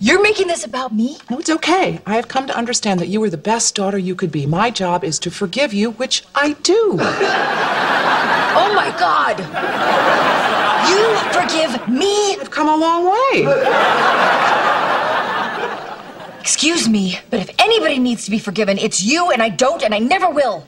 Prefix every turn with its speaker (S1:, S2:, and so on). S1: You're making this about me?
S2: No, it's okay. I have come to understand that you were the best daughter you could be. My job is to forgive you, which I do.
S1: Oh my God! You forgive me?
S2: I've come a long way.
S1: Excuse me, but if anybody needs to be forgiven, it's you, and I don't, and I never will.